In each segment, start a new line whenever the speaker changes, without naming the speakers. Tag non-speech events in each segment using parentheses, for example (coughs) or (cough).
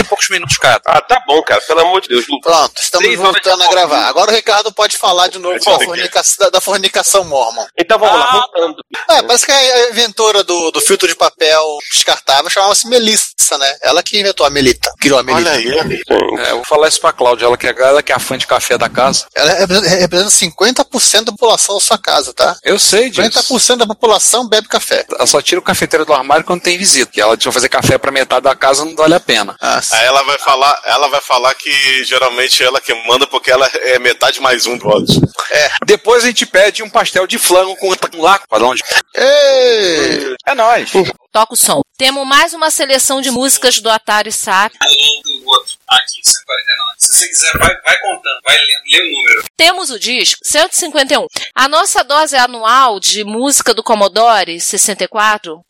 e poucos minutos cada.
Ah, tá bom, cara. Pelo amor de Deus, Lucas.
Pronto, estamos
Seis horas
voltando
de
a
foco.
gravar. Agora o Ricardo pode falar de novo
Pode ser.
da, fornica- da- da fornicação mormon.
Então vamos
Ah,
lá, voltando.
É, parece que a inventora do, do filtro de papel descartável chamava-se Melissa, né? Ela que inventou a Melita, criou a Melita.
Olha aí.
Gente,
É, eu vou falar isso pra Cláudia, ela que é, ela que é a fã de café da casa.
Ela representa representa 50% da população da sua casa, tá?
Eu sei disso.
50% da população bebe café.
Ela só tira o cafeteiro do armário quando tem visita. E ela deixa eu fazer café pra metade da casa, não vale a pena.
Ah,
Aí ela vai falar, ela vai falar que geralmente ela que manda porque ela é metade mais um do outro.
Depois a gente pede um pastel de flango com, com lá, pra onde?
Ei!
É nóis.
Toca o som. Temos mais uma seleção de músicas do Atari SAP.
Aqui, 149. Se você quiser, vai, vai contando, vai lendo, lê o número.
Temos o disco 151. A nossa dose anual de música do Commodore 64.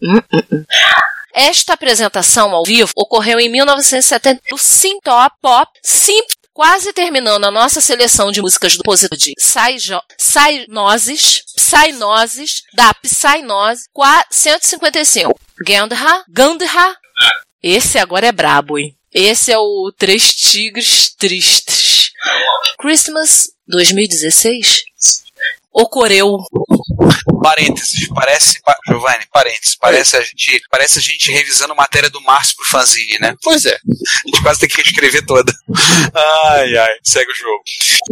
Esta apresentação ao vivo ocorreu em 1970 no Sintop Pop Simp. Quase terminando a nossa seleção de músicas do compositor de Saijo- Sainoses, Sainoses, da Psynose, qua- 155. Gandha, Gandha. Esse agora é brabo, hein? Esse é o Três Tigres Tristes. Christmas 2016? Ocorreu.
Parênteses, parece, pa, Giovanni, parênteses, parece a, gente, parece a gente revisando matéria do Márcio pro fanzine, né?
Pois é.
A gente quase tem que reescrever toda. Ai, ai, segue o jogo.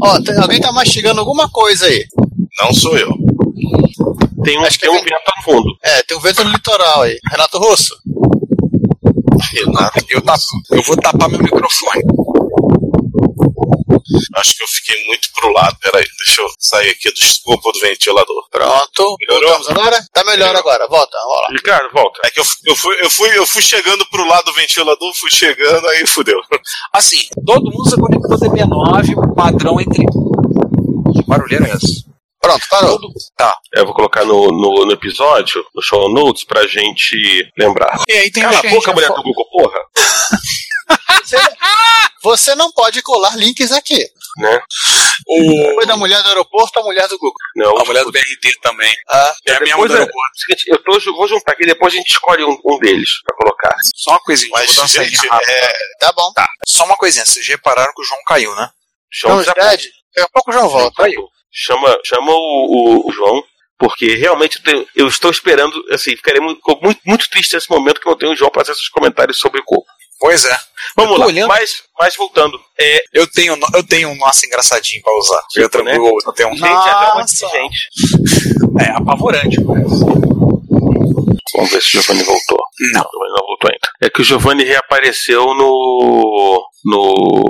Ó, tem- alguém tá mastigando alguma coisa aí.
Não sou eu.
tem um, tem um vento a fundo.
É, tem um vento no litoral aí. Renato Russo.
Renato,
Eu, tap, eu vou tapar meu microfone.
acho que eu fiquei muito pro lado. Peraí, deixa eu sair aqui do escopo do ventilador.
Pronto.
Melhorou?
Voltamos agora? Tá melhor agora. Volta, vamos lá.
Ricardo, volta.
É que eu, eu, fui, eu, fui, eu fui chegando pro lado do ventilador, fui chegando, aí fudeu.
Assim, todo mundo é usa conector DB9, padrão entre. Que barulheira é essa?
Pronto, parou.
Tá.
Eu vou colocar no, no, no episódio, no show notes, pra gente lembrar.
E aí tem
Cala
um
a
change,
boca,
né?
mulher do Google, porra.
Você não pode colar links aqui.
Né?
O...
Foi da mulher do aeroporto, a mulher do Google.
Não.
A mulher do BRT também.
Ah,
É a minha
Depois
mulher.
é- Seguinte, eu tô, vou juntar aqui, depois a gente escolhe um, um deles pra colocar.
Só uma coisinha,
Mas,
vou dar uma saída
gente,
rápida.
é,
tá bom. Tá.
Só uma coisinha, vocês repararam que o João caiu, né?
Então,
João já
Jade, daqui a pouco o João volta.
caiu. Chama, chama o, o- o João, porque realmente eu, tenho- eu estou esperando, assim, ficarei muito, muito, muito triste nesse momento que eu não tenho o João para fazer esses comentários sobre o corpo.
Pois é.
Vamos
tô
lá,
olhando.
mas, mas voltando. É,
Eu tenho, no- eu tenho um nosso engraçadinho pra usar.
Tipo,
eu tranquilo, eu tenho um.
gente, até um monte de
Nossa.
gente.
É apavorante.
Vamos ver se o Giovanni voltou.
Não.
O Giovanni não voltou ainda. É que o Giovanni reapareceu no. no.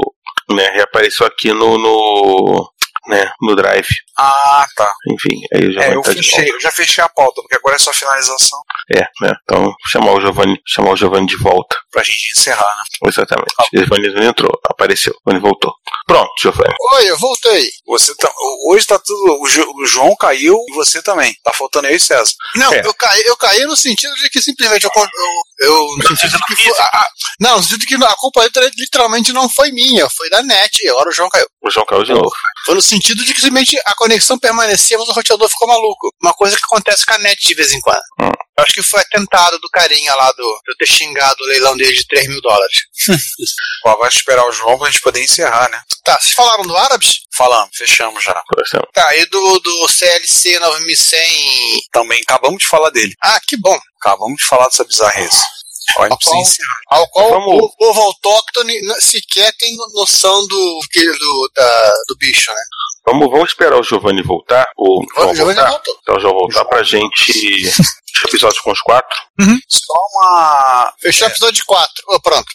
né, reapareceu aqui no. no né, no drive.
Ah, tá.
Enfim, aí o Giovanni
É, eu
tá de volta.
fechei, eu já fechei a pauta, porque agora é só finalização
É, né? Então, chamar o Giovanni, chamar o Giovanni de volta.
pra gente encerrar, né?
Exatamente.
Ah.
O Giovanni não entrou, apareceu. Quando voltou. Pronto, Giovanni.
Oi, eu voltei.
Você tá, hoje tá tudo. O, Jo- o João caiu e você também. Tá faltando aí, César.
Não,
É.
eu, caí, eu caí no sentido de que simplesmente eu. con- eu, eu- no sentido de que foi- a- a- não, no sentido de que a culpa literal- literalmente não foi minha, foi da net, e agora o João caiu.
O João caiu
Então,
de novo.
Foi no sentido de que simplesmente a conexão permanecia, mas o roteador ficou maluco. Uma coisa que acontece com a net de vez em quando.
Hum.
Eu acho que foi atentado do carinha lá do. de eu ter xingado o leilão dele de 3 mil dólares.
Ó, vai esperar o João pra gente poder encerrar, né?
Tá, vocês falaram do Árabes?
Falamos, fechamos já.
Coração.
Tá, e do, do CLC 9100.
Também acabamos de falar dele.
Ah, que bom.
Acabamos de falar dessa bizarreza. Ó, a gente precisa encerrar.
Ao qual
Vamos-
o povo autóctone n- sequer tem no- noção do, que- do, da- do bicho, né?
Vamos, vamos esperar o Giovanni voltar. Ou o João
O Giovanni já
voltar.
voltou.
Então já voltar pra gente.
(laughs)
Os episódios com os quatro.
Só uma.
Fechou o episódio 4. Ô, pronto.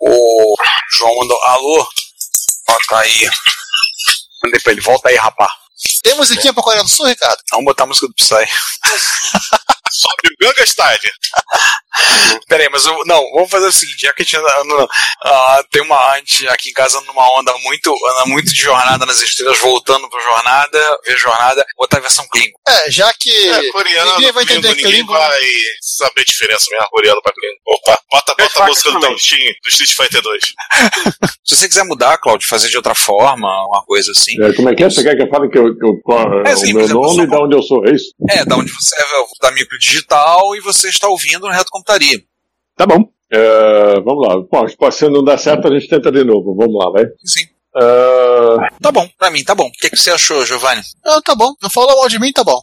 O João mandou. Alô? Ó, tá aí. Mandei pra ele, volta aí, rapá.
Tem
É.
musiquinha pra Coreia do Sul, Ricardo?
Vamos botar a música do Psy. (laughs)
Sobe o Ganga Style.
Peraí, mas eu, não, vamos fazer o seguinte, já que a gente anda, anda- ah, tem uma gente aqui em casa anda numa onda muito, anda muito de jornada nas estrelas, voltando pra jornada, ver jornada, botar a versão Klingon.
É, já que
É, coreano.
ninguém vai entender
gringo,
que
ninguém
língua...
vai saber a diferença mesmo, coreano pra gringo. Opa, bota,
É
Eu
bota a
faço
música do
também.
Tantinho, do Street Fighter 2.
Se você quiser mudar, Claudio, fazer de outra forma, uma coisa assim.
É, como é que é? Você quer que eu fale que eu, que eu- qual-
É, sim,
o
por
meu
exemplo,
nome
só-
e de onde eu sou? É isso?
É, da onde você é, da micro digital e você está ouvindo no Reto Computaria.
Tá bom. É, vamos lá. Bom, se- se não der certo, a gente tenta de novo. Vamos lá, vai.
Sim.
É,
Tá bom, pra mim, tá bom. O que, que você achou, Giovanni?
Não, tá bom. Não falou mal de mim, tá bom.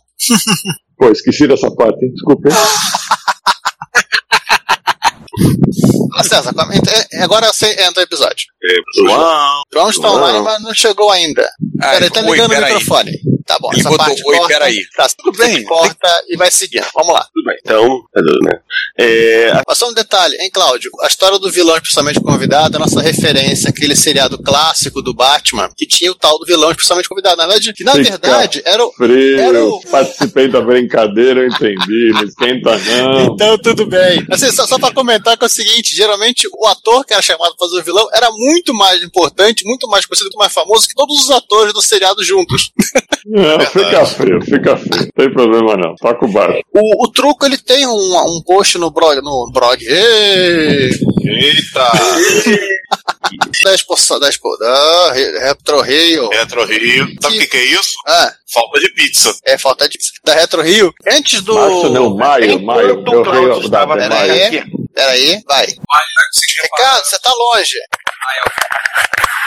pô, esqueci dessa parte, hein? Desculpa. hein?
Ah, César, comenta- é, agora você entra o episódio.
João.
João está
João.
online, mas não chegou ainda.
Ah,
Peraí, tá
oi,
ligando o
peraí.
microfone. Tá bom,
Ele
essa
botou,
parte
oi,
corta.
peraí.
Tá,
Tudo bem.
Corta e vai seguindo. Vamos lá.
Tudo bem. Então, né? É,
Ah, Mas só um detalhe, hein, Cláudio? A história do vilão especialmente convidado, é a nossa referência, aquele seriado clássico do Batman, que tinha o tal do vilão especialmente convidado. Na verdade, que, na
Sim,
verdade era o.
Frio,
Era o-
participei da brincadeira, eu entendi. Não esquenta, não.
Então, tudo bem. Assim, só, só pra comentar que é o seguinte: geralmente o ator que era chamado pra fazer o vilão era muito mais importante, muito mais conhecido, muito mais famoso que todos os atores do seriado juntos.
Não, fica frio, fica frio. Não tem problema, não. Toca o barco.
O, o truco, ele tem um, um post no blog. No blog. Ê! (laughs)
Eita,
10%. 10%. Ah, re- Retro Rail.
Retro Rio. Sabe o que, que é isso?
Ah.
Falta de pizza.
É, falta de. Da Retro Rio. Antes do.
Março não, maio, maio.
enquanto
Eu
o Claudio
rei da
estava
maio.
Pera aí, pera aí, vai. Ricardo, você tá longe.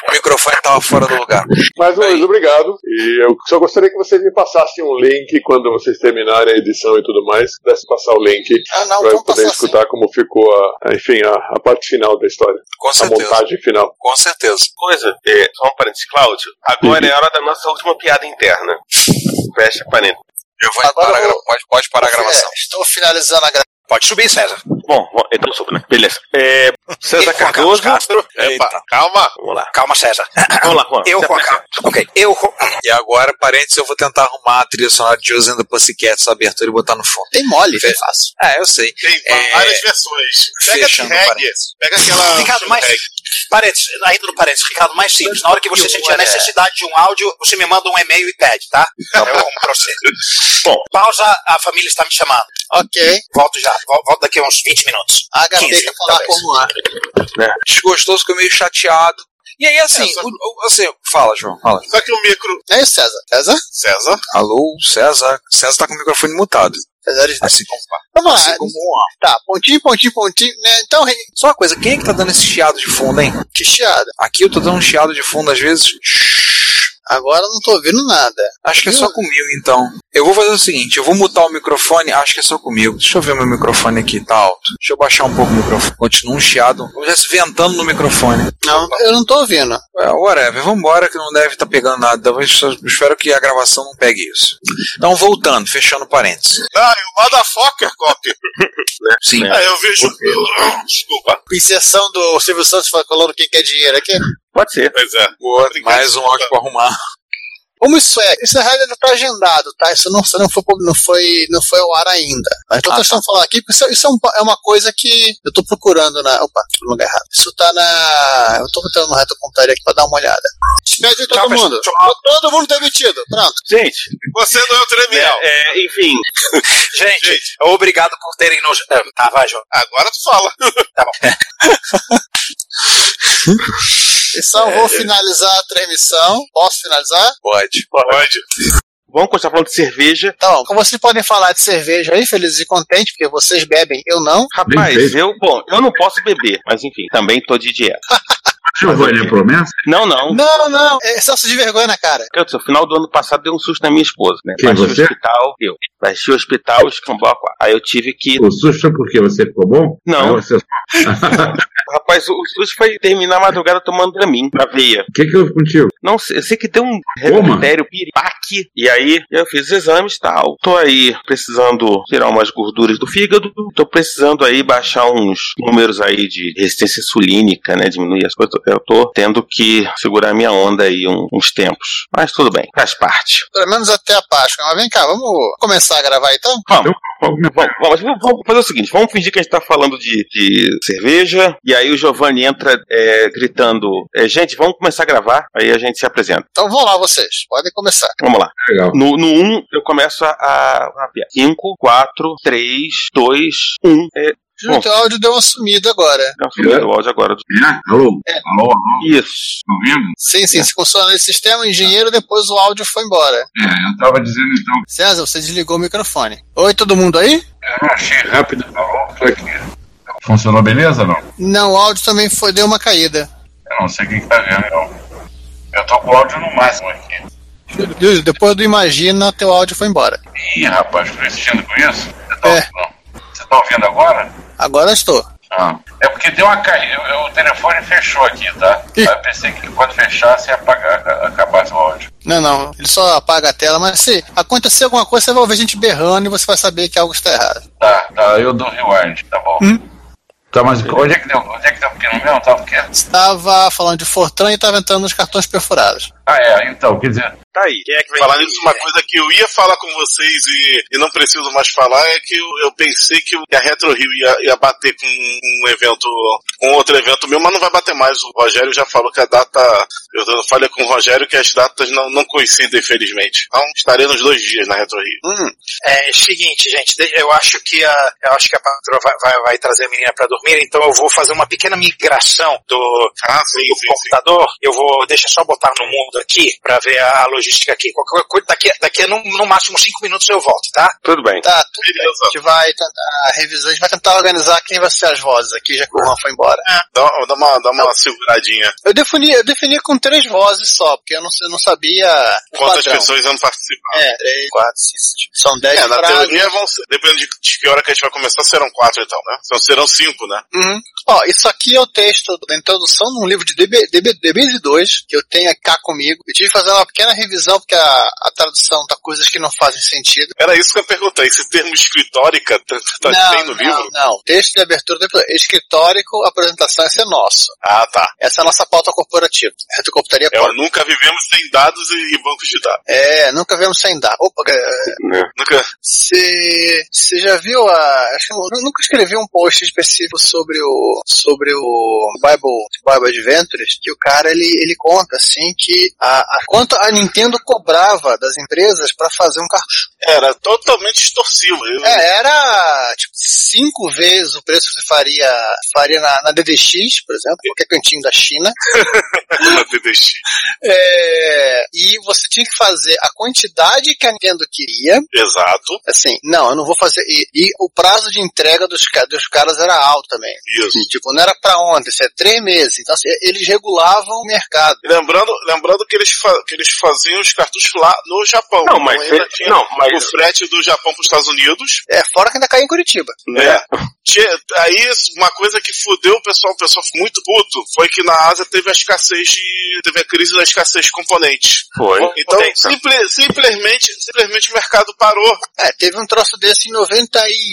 O microfone tava fora do lugar.
Mais uma vez, obrigado. E eu só gostaria que vocês me passassem um link quando vocês terminarem a edição e tudo mais. Pudesse passar o link
Ah, não,
para eu
vamos
poder
passar assim.
escutar como ficou a, a- enfim, a, a parte final da história.
Com
A
certeza.
montagem final.
Com certeza.
coisa, é, só um parênteses, Cláudio. Agora é a hora da nossa última piada interna. Fecha parênteses.
Giovanni,
Agora
para a
eu
gra-
vou-
pode, pode parar a gravação.
É, estou finalizando a gravação.
Pode subir, César.
Bom, bom, então soube, né? Beleza. É, César
Cacá,
Cardoso.
Castro.
Epa,
Eita.
calma. Vamos lá.
Calma, César.
Vamos lá, Juan.
Eu
Se
com a
apresenta.
calma. Ok. Eu com... E agora, parênteses, eu vou tentar arrumar a trilha sonora de José da Pussycat, essa abertura e botar no fundo.
Tem mole,
Fe-
tem fácil.
Ah, eu sei.
Tem
É,
várias versões. Pega de
fechando
reggae.
parênteses.
Pega aquela.
Ricardo, mas-
reggae.
Parênteses, ainda no parênteses, Ricardo, mais simples. Na hora que você sentir a necessidade de um áudio, você me manda um e-mail e pede, tá? Tá bom. pra (laughs) você.
Bom.
Pausa, a família está me chamando.
Ok.
Volto já, vol- volto daqui a uns 20 minutos.
A HP
15,
quer falar
talvez.
com o Juan.
Desgostoso, ficou meio chateado. E aí, assim,
César.
o- o- assim, fala, João, fala.
Só que o micro.
É isso, César. César?
César.
Alô, César. César tá com o microfone mutado.
César de
Assim como,
Vamos
assim
lá.
como o Juan.
Tá, pontinho, pontinho, pontinho. Né? Então, Ren-
Só uma coisa, quem é que tá dando esse chiado de fundo, hein?
que chiada.
Aqui eu tô dando um chiado de fundo às vezes.
Agora eu não tô ouvindo nada.
Acho que é só comigo, então. Eu vou fazer o seguinte, eu vou mutar o microfone, acho que é só comigo. Deixa eu ver meu microfone aqui, tá alto. Deixa eu baixar um pouco o microfone. Continua um chiado, como se estivesse ventando no microfone.
Não, eu não tô ouvindo.
É, whatever, vambora que não deve estar pegando nada. então Eu espero que a gravação não pegue isso. Então, voltando, fechando parênteses.
Ah, eu mando a Fokker, copy.
Sim.
Ah, eu vejo. Desculpa.
Inserção do Silvio Santos falando quem quer dinheiro aqui.
Pode ser.
Pois é.
Boa, mais um áudio pra arrumar.
Como isso é? Isso na realidade não tá agendado, tá? Isso não, isso não, foi, não, foi, não foi ao ar ainda. Mas então
Ah,
nós estamos falando aqui, porque isso, isso é, um pa- é uma coisa que eu tô procurando na. Opa, tô no lugar errado. Isso tá na. Eu tô botando no reto computaria aqui pra dar uma olhada. Despede todo mundo. Todo mundo demitido. Pronto.
Gente,
Você não é o
né,
Tremiel.
é, enfim,
É,
Gente, obrigado por terem nos. Ah, Tá, vai, João.
Agora tu fala.
Então vou finalizar a transmissão. Posso finalizar?
Pode.
Pode.
vamos continuar falando de cerveja.
Então, como vocês podem falar de cerveja aí, felizes e contentes, porque vocês bebem, eu não.
Rapaz, eu, bom, eu não posso beber, mas enfim, também tô de dieta.
Giovanni, é promessa?
Não, não.
Não, não. É excesso de vergonha na cara.
Eu, no final do ano passado deu um susto na minha esposa, né?
Quem,
Baixei
você?
o hospital, eu. Baixei o hospital, escambou a quadra. Aí eu tive que.
O susto é porque você ficou bom?
Não.
Aí você-
Rapaz, o SUS foi terminar a madrugada tomando Dramin na veia.
O que que houve contigo?
Não sei, eu sei que deu um
Coma?
remédio piripaque. E aí, eu fiz os exames e tal. Tô aí precisando tirar umas gorduras do fígado. Tô precisando aí baixar uns números aí de resistência insulínica, né? Diminuir as coisas. Eu tô tendo que segurar minha onda aí um- uns tempos. Mas tudo bem, faz parte.
Pelo menos até a Páscoa. Mas vem cá, vamos começar a gravar então?
é
Vamos, vamos, vamos- vamos fazer o seguinte: vamos fingir que a gente tá falando de, de cerveja. E aí o Giovanni entra é, gritando: é, Gente, vamos começar a gravar. Aí a gente se apresenta.
Então vão lá vocês, podem começar.
Vamos lá.
Legal.
No 1 um, eu começo a- a rapiar. 5, 4, 3, 2, 1. É,
Júlio,
Bom.
teu Então, áudio deu uma sumida agora.
não, sumiu o áudio agora.
É? Alô? Alô, alô?
Isso.
Tá ouvindo?
Sim, sim, se funcionou esse sistema, engenheiro, depois o áudio foi embora.
É, eu tava dizendo então
César, você desligou o microfone. Oi, todo mundo aí?
que eu achei rápido. Alô, tô aqui. Funcionou beleza não?
Não, o áudio também foi, deu uma caída.
Eu não sei quem que tá vendo não. Eu tô com o áudio no máximo aqui.
Júlio, depois do Imagina, teu áudio foi embora.
Ih, rapaz, tô insistindo com isso? Você tá,
É.
não. Você tá ouvindo agora?
Agora estou.
Ah. É porque deu uma caída. Eu- O telefone fechou aqui, tá?
Ih.
Aí eu pensei que quando fechasse ia apagar, a- acabasse o áudio.
Não, não, ele só apaga a tela, mas se acontecer alguma coisa, você vai ouvir gente berrando e você vai saber que algo está errado.
Tá, tá, eu dou rewind, tá bom.
Hum.
Tá, mas onde é que deu, onde é que deu o pino mesmo? Tá, porque...
Estava falando de Fortran e estava entrando nos cartões perfurados.
Ah, é, então, quer dizer,
Tá aí. Quem é que vai
Falar nisso, uma coisa que eu ia falar com vocês e, e não preciso mais falar é que eu, eu pensei que o- que a Retro Rio ia, ia bater com um evento, com outro evento meu, mas não vai bater mais. O Rogério já falou que a data. Eu não falei com o Rogério que as datas não, não coincidem, infelizmente. Então, estarei nos dois dias na Retro Rio.
É seguinte, gente, de- eu acho que a, eu acho que a patroa vai, vai- vai trazer a menina pra dormir, então eu vou fazer uma pequena migração do,
Ah, sim,
do computador. Eu vou deixa eu só botar no mundo aqui pra ver a logística aqui. Qualquer coisa daqui, daqui a no, no máximo cinco minutos eu volto, tá?
Tudo bem.
Tá, tudo bem.
Beleza.
A gente vai tentar revisar, a gente vai tentar organizar quem vai ser as vozes aqui, já que o Juan foi embora.
Dá, dá uma, dá uma seguradinha.
Eu defini, eu defini com três vozes só, porque eu não, eu não sabia o
Quantas
Tá.
padrão.
pessoas iam participar?
É, três, quatro, cinco, seis. São dez
É, na
frases.
teoria vão ser. Dependendo de, de que hora que a gente vai começar, serão quatro então, né? Então serão cinco, né?
Uhum. Ó, isso aqui é o texto da introdução num livro de DB, DB, DB2, que eu tenho cá comigo. Eu tive que fazer uma pequena revisão, porque a, a tradução tá coisas que não fazem sentido.
Era isso que eu perguntei. Esse termo escritórica tá, tá-
não,
tem no
não,
livro?
não. Texto de abertura do DB2. Escritórico, apresentação, esse é nosso.
Ah, tá.
Essa é a nossa pauta corporativa. Reto Computaria
É,
Pauta.
o nunca vivemos sem dados e, e bancos de dados.
É, nunca vemos sem dar. Opa, é,
Nunca.
você já viu a... Acho que eu nunca escrevi um post específico sobre o... sobre o Bible, Bible Adventures, que o cara, ele, ele conta, assim, que a, a- quanto a Nintendo cobrava das empresas pra fazer um cartucho.
Era totalmente extorsivo. Eu-
É, era, tipo, cinco vezes o preço que você faria, faria na, na DDX, por exemplo, qualquer cantinho da China.
(laughs) na TDX.
É, e você tinha que fazer a quantidade que a Nintendo queria,
Exato.
assim, não, eu não vou fazer. E, e o prazo de entrega dos, ca- dos caras era alto também.
Isso.
Tipo, não era pra ontem, isso é três meses. Então, assim, eles regulavam o mercado.
E Lembrando, lembrando que, eles fa- que eles faziam os cartuchos lá no Japão.
Não, mas
Então ainda
se-
tinha
não, mas-
o frete do Japão para os Estados Unidos.
É, fora que ainda caiu em Curitiba.
É.
né? Tinha- Aí uma coisa que fudeu o pessoal, o pessoal ficou muito puto, foi que na Ásia teve a escassez de. teve a crise da escassez de componentes.
Foi.
Então,
tá.
simple- simplesmente, simplesmente o mercado parou.
É, teve um troço desse em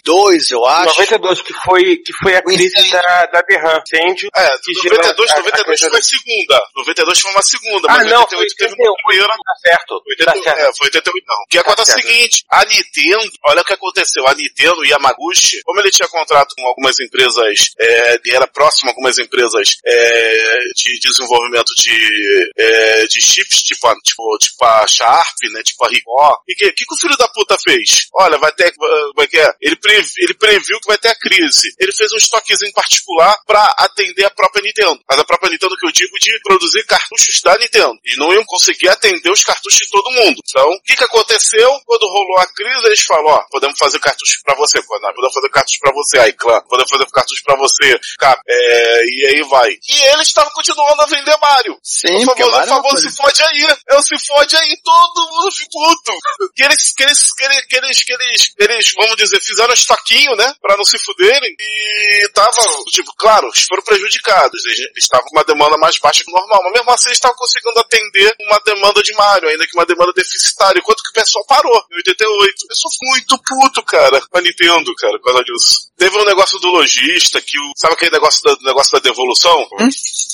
92, eu acho.
92, que foi, que foi a
O
crise
incêndio.
da, da Derram. Incêndio.
É,
que
92,
gerou a- a- a
92
coisa
foi
do-
segunda. 92 foi uma segunda,
Ah,
mas
não,
88
foi
teve
81.
uma primeira.
Tá certo. Tá
88,
certo.
é, foi 88 não. O que acontece é o
certo.
seguinte, a Nintendo, olha o que aconteceu, a Nintendo e a Yamaguchi, como ele tinha contrato com algumas empresas, é, ele era próximo a algumas empresas é, de desenvolvimento de, é, de chips, tipo a, tipo, tipo a Sharp, né, tipo a Ricoh, e o que, que, que o filho da puta fez? Olha, vai ter, como é que é? Ele, previ, ele previu que vai ter a crise. Ele fez um estoquezinho particular pra atender a própria Nintendo. Mas a própria Nintendo que eu digo de produzir cartuchos da Nintendo. E não iam conseguir atender os cartuchos de todo mundo. Então, o que, que aconteceu? Quando rolou a crise, eles falaram, ó, podemos fazer cartucho pra você, Konami. Podemos fazer cartucho pra você, iClan. Podemos fazer cartucho pra você, Cap. É, e aí vai. E eles estavam continuando a vender Mario.
Sim,
Por
porque
favor, por
várias
favor, se
coisas.
fode aí. né? Eu se fode aí, todo mundo fica puto. Que eles, que eles, um que eles, que eles, que eles, que eles, vamos dizer, fizeram estoquinho, né? Pra não se fuderem. E tá estava, tipo, claro, eles foram prejudicados, eles eles estavam com uma demanda mais baixa que o normal, mas mesmo assim eles estavam conseguindo atender uma demanda de Mario, ainda que uma demanda deficitária, enquanto que o pessoal parou em 88. Eu sou muito puto, cara, com a Nintendo, cara, por causa disso. Teve um negócio do lojista, que o, sabe aquele negócio da, negócio da devolução?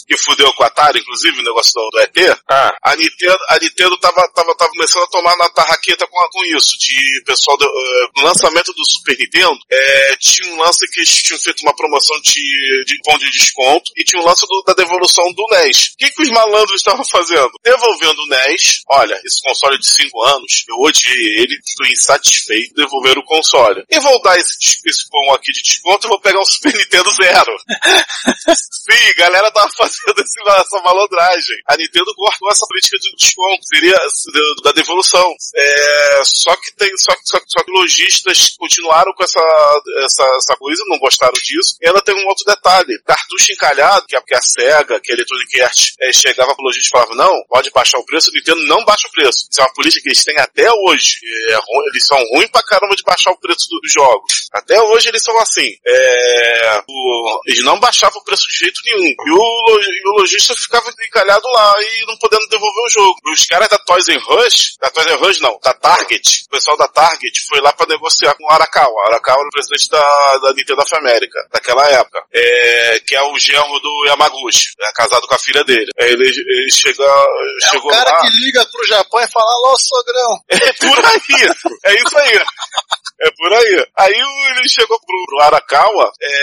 Que fudeu com a Atari, inclusive, o negócio do, do ET?
Ah,
A Nintendo, a Nintendo tava, tava, tava começando a tomar na tarraqueta com, com isso, de pessoal do, eh, no lançamento do Super Nintendo, eh, tinha um lance que eles tinham feito uma promoção de, de pão de desconto e tinha um lance do- da devolução do NES. O que, que os malandros estavam fazendo? Devolvendo o NES, olha, esse console é de 5 anos, eu odiei ele, estou insatisfeito, devolver o console. E vou dar esse, des- esse pão aqui de desconto e vou pegar um Super Nintendo Zero. Sim, a galera tava (laughs) fazendo esse- essa malandragem. A Nintendo guardou essa política de desconto, seria do- da devolução. É, só que tem, só, que- só, que- só que lojistas continuaram com essa, essa, essa coisa, não gostaram disso. E ainda tem um outro detalhe. Cartucho encalhado, que é porque a SEGA, que é a Electronic Arts, é, chegava pro lojista e falava, não, pode baixar o preço, o Nintendo não baixa o preço. Isso é uma política que eles têm até hoje. É ruim- eles são ruins pra caramba de baixar o preço do- dos jogos. Até hoje eles são assim. É, o- eles não baixavam o preço de jeito nenhum. E o, lo- e o lojista ficava encalhado lá e não podendo devolver o jogo. E os caras da Toys R Rush, da Toys R Rush não, da Target, o pessoal da Target foi lá pra negociar com o Arakawa. O Arakawa era o presidente da, da Nintendo of America, daquela época. É, que é o genro do Yamaguchi, é casado com a filha dele. Aí Ele, ele chega,
É o
chegou
cara
lá...
que liga pro Japão e fala, alô, sogrão.
É por aí. É isso aí. É por aí. Aí o- ele chegou pro, pro Arakawa, é,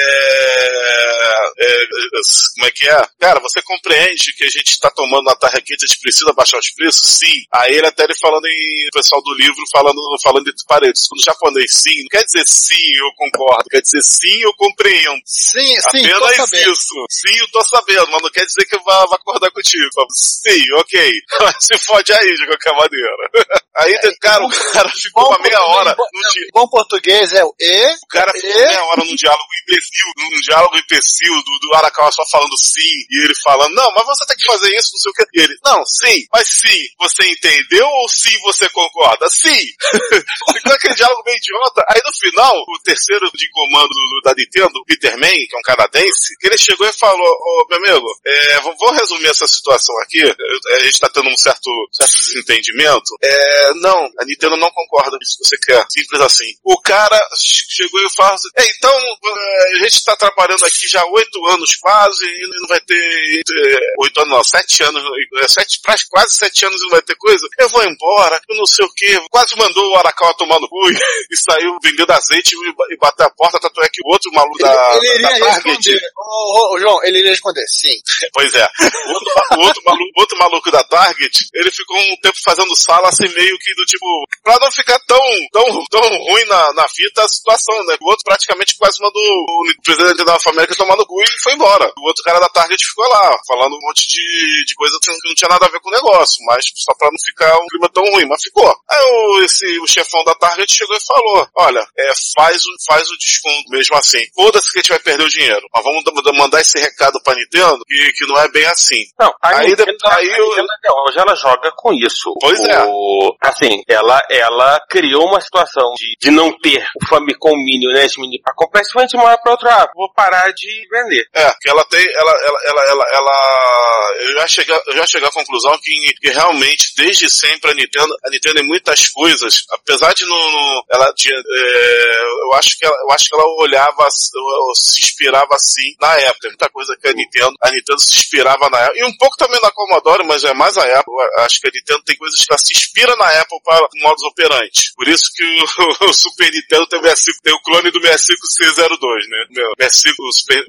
é, s- Como é que é? Cara, você compreende que a gente tá tomando na tarraqueta, a gente precisa baixar os preços? Sim. Aí ele até ele falando em... O pessoal do livro falando, falando entre paredes. No japonês, sim. Não quer dizer sim, eu concordo. Quer dizer sim, eu compreendo.
Sim,
Tá
sim, tô
Apenas
sabendo.
isso. Sim, eu tô sabendo, mas não quer dizer que eu vá, vá acordar contigo. Eu falo, Sim, ok. (laughs) Mas se fode aí, de qualquer maneira. (laughs) Aí,
É,
cara, o cara ficou uma meia hora no dia.
Bom português é o E,
O cara ficou
É?
meia hora num diálogo imbecil, num diálogo imbecil do, do Arakawa só falando sim, e ele falando, não, mas você tem que fazer isso, não sei o que. E ele, não, sim, mas sim, você entendeu ou sim você concorda? Sim! (laughs) Ficou aquele diálogo meio idiota. Aí no final, o terceiro de comando do- da Nintendo, Peter Man, que é um canadense, ele chegou e falou, ô meu amigo, é, vou, vou resumir essa situação aqui, Eu- a gente tá tendo um certo, certo desentendimento. É, não, a Nintendo não concorda com isso que você quer. Simples assim. O cara che- chegou e falou assim, é, então, é, a gente tá trabalhando aqui já há oito anos quase, e não vai ter é, oito anos não, sete anos, é, sete, pra- quase sete anos e não vai ter coisa. Eu vou embora, eu não sei o que, quase mandou o Arakawa tomar no cu (laughs) e, e saiu vendendo azeite e, ba- e bater a porta, tanto é que o outro maluco da,
ele
da
iria
Target,
responder. Ô, ô, ô, João, ele iria responder, sim.
(laughs) Pois é. O outro, ma- o outro maluco, o outro maluco da Target, ele ficou um tempo fazendo sala assim meio que do tipo, pra não ficar tão, tão, tão ruim na, na fita a situação, né? O outro praticamente quase mandou o presidente da América tomar no cu e foi embora. O outro cara da Target ficou lá, falando um monte de, de coisa que não tinha nada a ver com o negócio, mas tipo, só pra não ficar um clima tão ruim, mas ficou. Aí o, esse, o chefão da Target chegou e falou, olha, é, faz, o, faz o desconto mesmo assim. Foda-se que a gente vai perder o dinheiro, mas vamos da- mandar esse recado pra Nintendo, que, que não é bem assim.
não, tá a
Aí
Nintendo,
depois- aí
a
eu-
Nintendo até hoje ela joga com isso.
Pois é.
O- Assim, ela, ela criou uma situação de, de não ter o Famicom Mini, o NES Mini pra comprar, isso foi de uma hora pra outra, ah, vou parar de vender.
É, que ela tem, ela, ela, ela, ela, ela- eu já cheguei, eu já cheguei à conclusão que, que realmente, desde sempre, a Nintendo, a Nintendo em muitas coisas, apesar de não, não- ela tinha, é, eu acho que ela, eu acho que ela olhava, ou se inspirava assim na época, muita coisa que a Nintendo, a Nintendo se inspirava na época, e um pouco também na Commodore, mas é mais a Apple, Eu acho que a Nintendo tem coisas que ela se inspira na Apple para modos operantes, por isso que o, (laughs) o Super Nintendo tem o 65, tem o clone do 65C02, né, Meu, 65, o Super,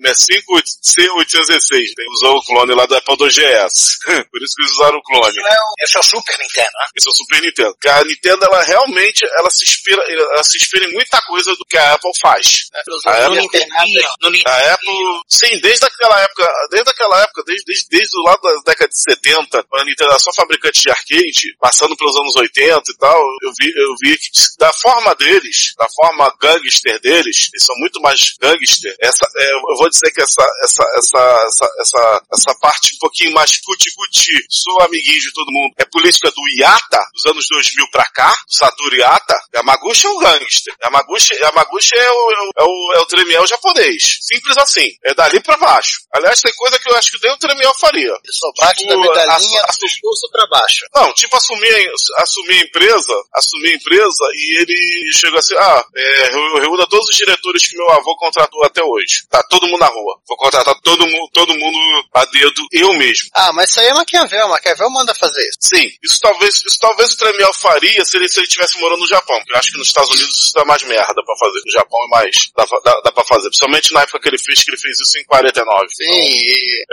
65C816, tem, né? usou o clone lá da Apple 2GS, (laughs) por isso que eles usaram o clone.
Esse é o Super Nintendo, né?
Esse é o Super Nintendo. Porque a Nintendo, ela realmente, ela se inspira, ela se inspira em muita coisa do que a Apple faz.
A
Ah, é?
No
filosofia
Nintendinho, no Nintendinho,
A Apple, Sim, desde aquela época, desde aquela época, desde, desde, desde o lado da década de 70, quando a Nintendo era só fabricante de arcade, passando pelos anos 80 e tal, eu vi, eu vi que da forma deles, da forma gangster deles, eles são muito mais gangster, essa, é, eu vou dizer que essa, essa, essa, essa, essa, essa parte um pouquinho mais cuti-cuti, sou amiguinho de todo mundo, é política do Iata, dos anos 2000 pra cá, do Satoru Iata, Yamaguchi é um gangster, Yamaguchi, Yamaguchi é o, é o, é o, é o tremiel japonês, simples assim, é dali pra baixo. Aliás, tem coisa que eu acho que nem o tremiel faria.
Só bate
Tipo,
da medalhinha
a- a-
do pescoço pra baixo.
Não, tipo assumir, a- assumir a empresa, assumir a empresa e ele chega assim, ah, é, reu- reúna todos os diretores que meu avô contratou até hoje. Tá todo mundo na rua. Vou contratar todo mundo, todo mundo a dedo, eu mesmo.
Ah, mas isso aí é Maquiavel, Maquiavel manda fazer isso.
Sim, isso talvez, isso talvez o Tremiel faria se ele se ele estivesse morando no Japão. porque Eu acho que nos Estados Unidos isso dá mais merda pra fazer. No Japão é mais, dá, fa- dá, dá pra fazer. Principalmente na época que ele fez, que ele fez isso em 49.
Sim, e,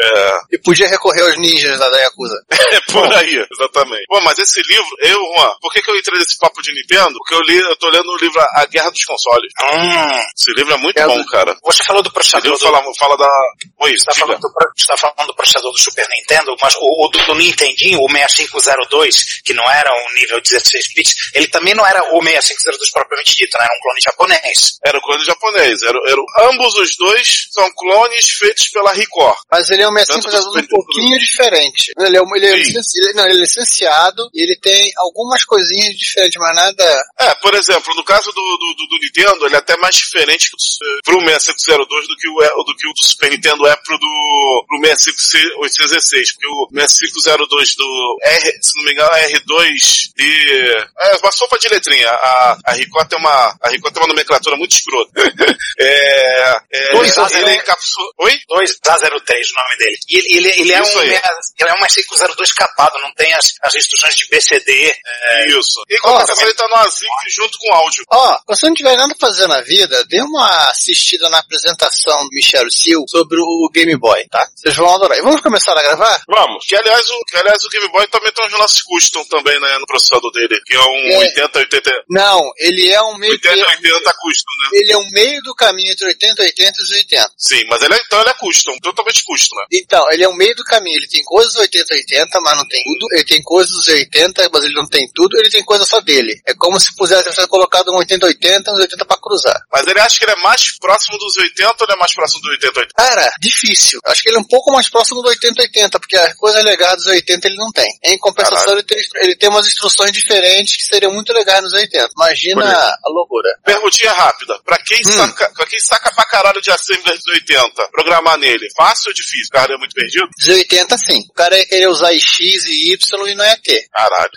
e podia recorrer aos ninjas da da Yakuza.
É (laughs) por aí, exatamente. Bom, mas esse livro, eu, Juan, por que, que eu entrei nesse papo de Nintendo? Porque eu li, eu tô lendo o livro A Guerra dos Consoles. Esse livro é muito
Guerra
bom, cara.
Ah. Você falou do
Esse
processador
livro
do,
fala, fala da. Oi,
Você está
diga.
falando, do, pro- você tá falando do processador do Super Nintendo, mas o, o do, do Nintendinho, o 6502, que não era um nível 16 bits, ele também não era o 6502 propriamente dito, né? era um clone japonês.
Era coisa japonês. Era, era, ambos os dois são clones feitos pela Record.
Mas ele é um 65
Tanto
azul um
perfeito
pouquinho diferente. Ele é, um- ele é
Sim.
licenci- ele- não, ele é licenciado e ele tem algumas coisinhas diferentes, mas nada.
É, por exemplo, no caso do, do, do- do Nintendo, ele é até mais diferente pro, eh, pro 6502 do que, o, é- do que o do Super Nintendo é pro do pro 65816, porque o 6502 do R, se não me engano, é R2 de... É, uma sopa de letrinha. A, a Record tem uma, a Record tem uma nomenclatura muito escrota. (laughs) é, é,
Dois a
ele
zero.
encapsula... Oi?
2A03 o nome dele. E ele, ele, ele é
Isso
um
aí.
me- ele é um 6502 capado, não tem as, as instruções de BCD. É,
Isso. E como essa ele tá no ASIC junto com áudio.
Ó, quando você não tiver nada a fazer na vida, dê uma assistida na apresentação do Michel Sil sobre o Game Boy, tá? Vocês vão adorar. E vamos começar a gravar?
Vamos. Que aliás, o, que, aliás, o Game Boy também tem uns lances custom também, né, no processador dele, que é um
É.
80, 80,
Não, ele é um meio.
80,
Ele
80 custom, né?
é um meio do caminho entre 80, 80 e 80.
Sim, mas ele é, então ele é custom, totalmente custom, né?
Então, ele é um meio do caminho. Ele tem coisas 80, 80, mas não tem tudo. Ele tem coisas dos 80, mas ele não tem tudo. Ele tem coisa só dele. É como se pusesse tivesse colocado um 80, 80, uns 80 pra cruzar.
Mas ele acha que ele é mais próximo dos 80 ou ele é mais próximo dos 80, 80?
Cara, difícil. Eu Acho que ele é um pouco mais próximo do 80-80, porque as coisas legais dos 80 ele não tem. Em compensação, ele tem, ele tem umas instruções diferentes que seriam muito legais nos 80. Imagina a loucura.
Perguntinha rápida. Pra quem, saca, pra quem saca pra caralho de assembler dos 80, programar nele, fácil ou difícil? Cara, é muito perdido?
Dos 80, sim. O cara ia querer usar X e Y e não ia ter.
Caralho.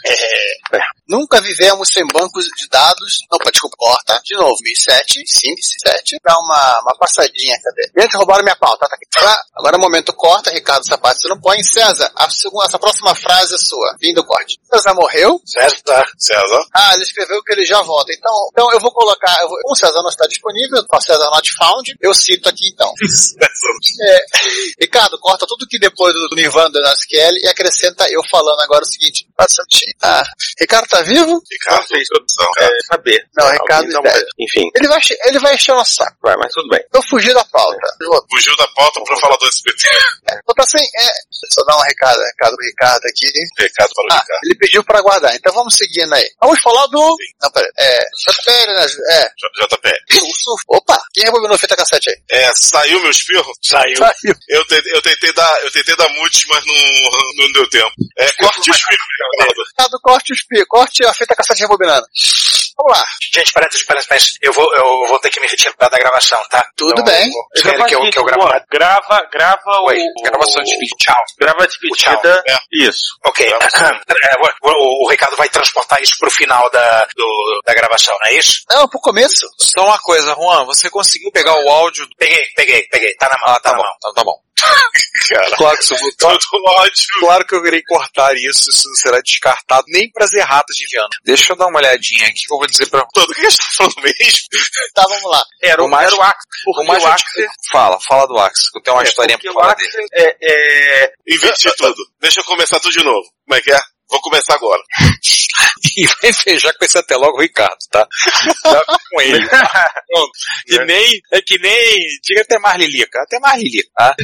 Nunca vivemos sem bancos de dados. Opa, desculpa, corta. De novo, 1007, sim, 1007. Dá uma, uma passadinha, cadê? Gente, roubaram minha pauta. Tá aqui. Tá. Agora é o momento, corta. Ricardo Sapato, você não põe. César, a segunda, essa próxima frase é sua. Fim do corte. César tá. morreu.
certo?
César?
Ah, ele escreveu que ele já volta. Então, então eu vou colocar. Eu vou, como o César não está disponível, o César not found, eu cito aqui (laughs) então. É, Ricardo, corta tudo que depois do Nirvana do NSQL e acrescenta eu falando agora o seguinte. Ah, certinho. Ah, Ricardo tá vivo?
Ricardo,
fez.
introdução.
É, saber.
Não,
Alguém
Ricardo
dá um uma-
Velho.
Enfim,
Ele vai, che- ele vai encher o nosso saco.
vai, mas tudo bem.
Eu fugi da pauta. Eu
Fugiu da pauta pra falar do SBT.
Vou tá sem. É, só dar um recado, recado pro Ricardo aqui.
Recado para o
Ah,
Ricardo.
ele pediu pra guardar. Então vamos seguindo aí. Vamos falar do.
Sim.
Não, peraí. É. Espera, né? É.
JP.
o surf- Opa! Quem rebobinou fita cassete aí?
É, saiu meu espirro? Saiu.
Saiu.
Eu tentei, eu tentei dar, eu tentei dar mute, mas não, não deu tempo. É, corte o espirro, Ricardo.
Ricardo, corte os pi, corte a fita cassete rebobinando. Vamos lá.
Gente, parênteses, parênteses, parênteses. Eu vou, eu vou ter que me retirar da gravação, tá?
Tudo
Então,
bem.
eu vou- Espero
é
que eu, que eu gravo.
Boa, grava, grava o.
Oi, gravação de vídeo. Tchau.
Grava a
O
despedida.
é.
Isso.
Ok. É, o, o- o Ricardo vai transportar isso pro final da, do- da gravação, não é isso?
Não, pro começo.
Só uma coisa, Juan, você conseguiu pegar o áudio do.
Peguei, peguei, peguei. Tá na mão,
Ah,
tá,
tá
na
bom,
mão.
tá, tá bom.
Cara,
Claro que, isso, claro,
todo ódio.
claro que eu irei cortar isso, isso será descartado, nem pras erratas de Viana. Deixa eu dar uma olhadinha aqui que eu vou dizer pra.
Todo o que a gente tá falando mesmo?
Tá, vamos lá.
Era o,
Mas-
era o Axis.
O mais
o
gente- Fala, fala do Axis, que eu tenho uma historinha (laughs)
porque
pra
o
falar dele.
Axis é, é,
Invente tudo. Deixa eu começar tudo de novo. Como é que é?
Vou começar agora.
E vai fechar com esse até logo o Ricardo, tá? Já com ele. Pronto. Que nem, é que nem, diga até mais Lilica, até mais Lilica, tá?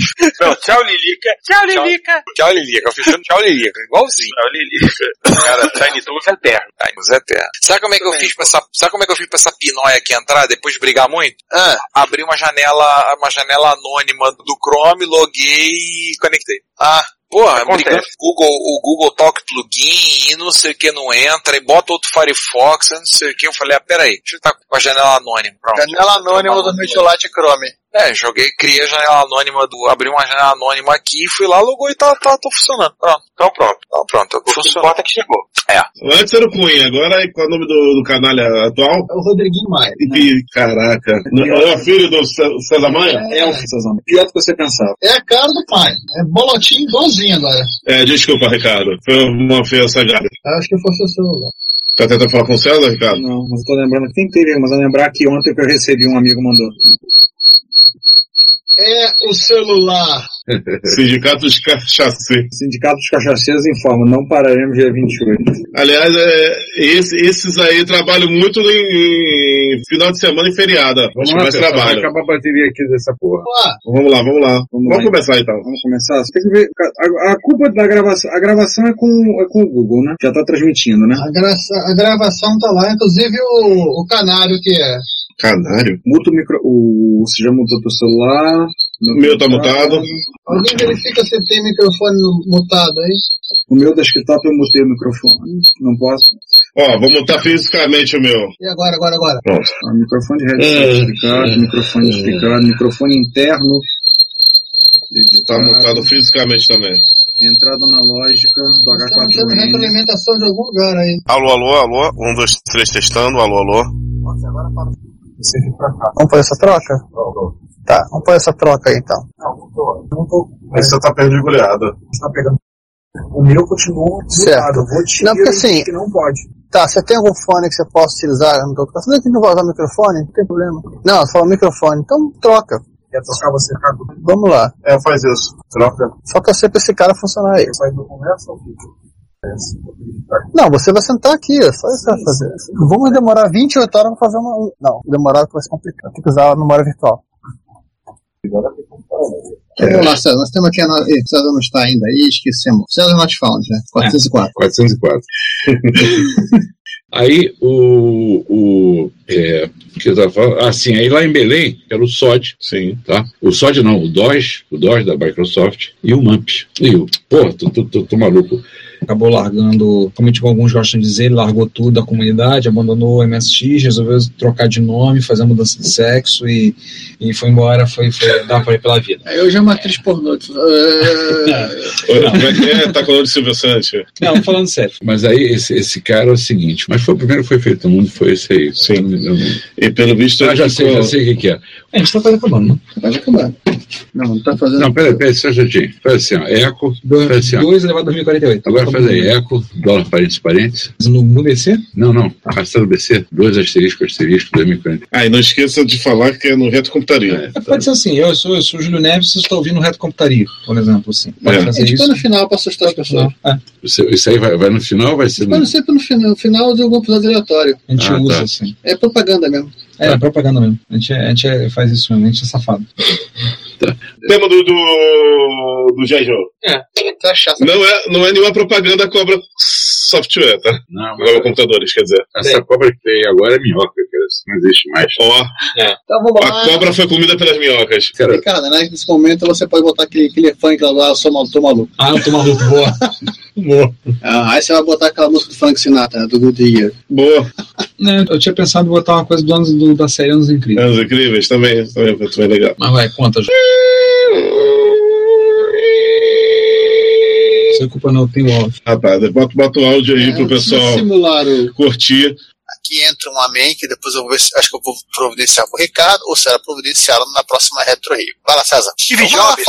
Não, tchau Lilica. Tchau Lilica. Tchau, Lilica, fechando tchau Lilica, igualzinho. Tchau Lilica. Cara,
tá
Tiny Toons é eterno. Tiny Toons é eterno. Sabe como é que eu fiz pra essa, sabe como é que eu fiz pra essa pinóia aqui entrar depois de brigar muito? Ah. Abri uma janela, uma janela anônima do Chrome, loguei e conectei. Ah. Porra,
Acontece.
brigando com o Google, o Google Talk plugin e não sei o que não entra, e bota outro Firefox, e não sei o que. Eu falei, ah, peraí, deixa eu estar com a janela anônima. Pronto.
Janela anônima do Midolite Chrome.
É, joguei, criei a janela anônima do. abri uma janela anônima aqui, fui lá, logou e tá, tá, tô funcionando. Pronto. Então pronto. Então pronto, funcionou.
que chegou.
É.
Antes era o Cunha, agora é qual é o nome do, do canalha atual?
É o Rodriguinho Maia. né?
Ih, caraca. Não é o filho do Cé- César Maia?
É o Cezama. Pior do que você pensava. É a cara do pai. É bolotinho igualzinho agora.
É, desculpa, Ricardo. Foi uma feia sagada.
Acho que fosse o celular.
Tá tentando falar com o César, Ricardo?
Não, mas eu tô lembrando que tem que ter, mas eu lembrar que ontem que eu recebi um amigo mandou. É o celular.
Sindicato dos Cachaceiros.
Sindicato dos Cachaceiros informa, não pararemos dia 28.
Aliás, é, esse- esses aí trabalham muito em, em final de semana e feriado. Acho que mais
Tá, pessoal,
trabalho.
vai acabar a bateria aqui dessa porra.
Vamos lá, vamos lá. Vamos,
lá,
começar então.
Vamos começar? Você tem que ver. A, a culpa da gravação. A gravação é com, é com o Google, né? Já tá transmitindo, né?
A,
gravação, tá lá, inclusive o, canário que é.
Canário?
Muta o micro. O, você já mutou teu celular.
O meu tá mutado.
Alguém verifica se tem microfone mutado aí? O meu desktop eu mutei o microfone. Não posso.
Ó, vou montar fisicamente o meu.
E agora, agora, agora?
Pronto.
Ah,
É,
microfone de headset desligado, microfone desligado, microfone interno.
Tá mutado fisicamente também.
Entrada analógica do
tendo
H4N.
retroalimentação de algum lugar aí.
Alô, alô, alô. Um, dois, três, testando. Alô, alô.
Vamos fazer essa troca? Tá, vamos fazer essa troca aí então.
Mas você tá perdigulhado.
Tá pegando. O meu continua
Certo.
mutado. Vou te
Não, porque assim.
que não pode.
Tá, você tem algum fone que você possa utilizar no teu Você não vai usar microfone? Não tem problema. Não, você falou microfone, então troca.
Quer trocar você tá com
Vamos lá.
É, faz isso. Troca.
Só torcer pra esse cara funcionar aí.
Sai do conversa ou fica? É,
Não, você vai sentar aqui, é só isso que você vai fazer. Vamos demorar 28 horas pra fazer uma. um- Não, demorar que vai se complicar. Tem que usar a memória virtual.
Vamos lá, César. Nós temos aqui. A... no- Ih, César não está ainda aí, esquecemos. César Not Found, né? 404.
404. (laughs) aí o. o é, o que eu tava falando? Ah, sim, aí lá em Belém era o SOD.
Sim.
Tá? O SOD não, o DOS, o DOS da Microsoft e o MAMPS. E o. Pô, tô, tô, tô, tô maluco.
acabou largando, como tipo, alguns gostam de dizer, largou tudo da comunidade, abandonou o MSX, resolveu trocar de nome, fazer a mudança de sexo e, e foi embora, foi, foi dar pra ir pela vida.
Eu já é uma atriz pornô.
Oi, Como é que é? Tá com o nome de Silvio Santos?
Não, falando sério.
Mas aí esse, esse cara é o seguinte, mas foi o primeiro que foi feito no mundo, foi esse aí. Sim.
E pelo visto.
Ah, já
ficou-
sei, já sei o que, que é.
A gente tá quase acabando, né?
Pode acabar. Não, não tá fazendo.
Não, peraí, peraí, só um instantinho. Faz assim, ó. Eco. Faz assim, ó.
2 elevado a 2048.
Agora faz aí, eco, dólar, parênteses, parênteses.
No, no BC?
Não, não. tá Arrastado BC, dois asterisco, asterisco, 2040.
Ah, e não esqueça de falar que é no Reto Computaria.
Pode ser assim, eu sou, eu sou o Júlio Neves e estou ouvindo o Reto Computaria, por exemplo, assim. Pode
É.
fazer isso.
no final pra assustar as pessoas.
Isso, isso aí vai, vai no final ou vai ser no...
Mas sempre no final, final de algum episódio aleatório.
A gente
Ah,
usa,
tá.
assim.
É propaganda mesmo.
É, é propaganda mesmo. A gente, é- a gente é- faz isso mesmo, a gente é safado.
Tema do. do. do G.I. Joe.
É. Tá chato.
Não é, não é nenhuma propaganda cobra software, tá?
Não,
cobra computadores, quer dizer.
Essa cobra que tem agora é minhoca, cara. Isso não existe mais.
Ó,
Então vamos lá.
a cobra foi comida pelas minhocas.
Cara,
Cara, né, nesse momento você pode botar aquele, aquele funk lá do Ah, eu sou mal, tô maluco.
Ah, eu tô maluco, boa.
boa.
Ah, aí você vai botar aquela música do Frank Sinatra, né, do Good Year.
Boa.
(laughs) Né, eu tinha pensado em botar uma coisa do anos do- da série Anos Incríveis.
Anos Incríveis também, também, também legal.
Mas vai, conta, Ju.
Hum.
Sem culpa não, tem o áudio.
Rapaz, bota, bota o áudio aí pro pessoal curtir.
Aqui entra um amém que depois eu vou ver, se- acho que eu vou providenciar pro Ricardo ou será providenciado na próxima Retro Rio. Vai lá, César. Steve
é
Jobs.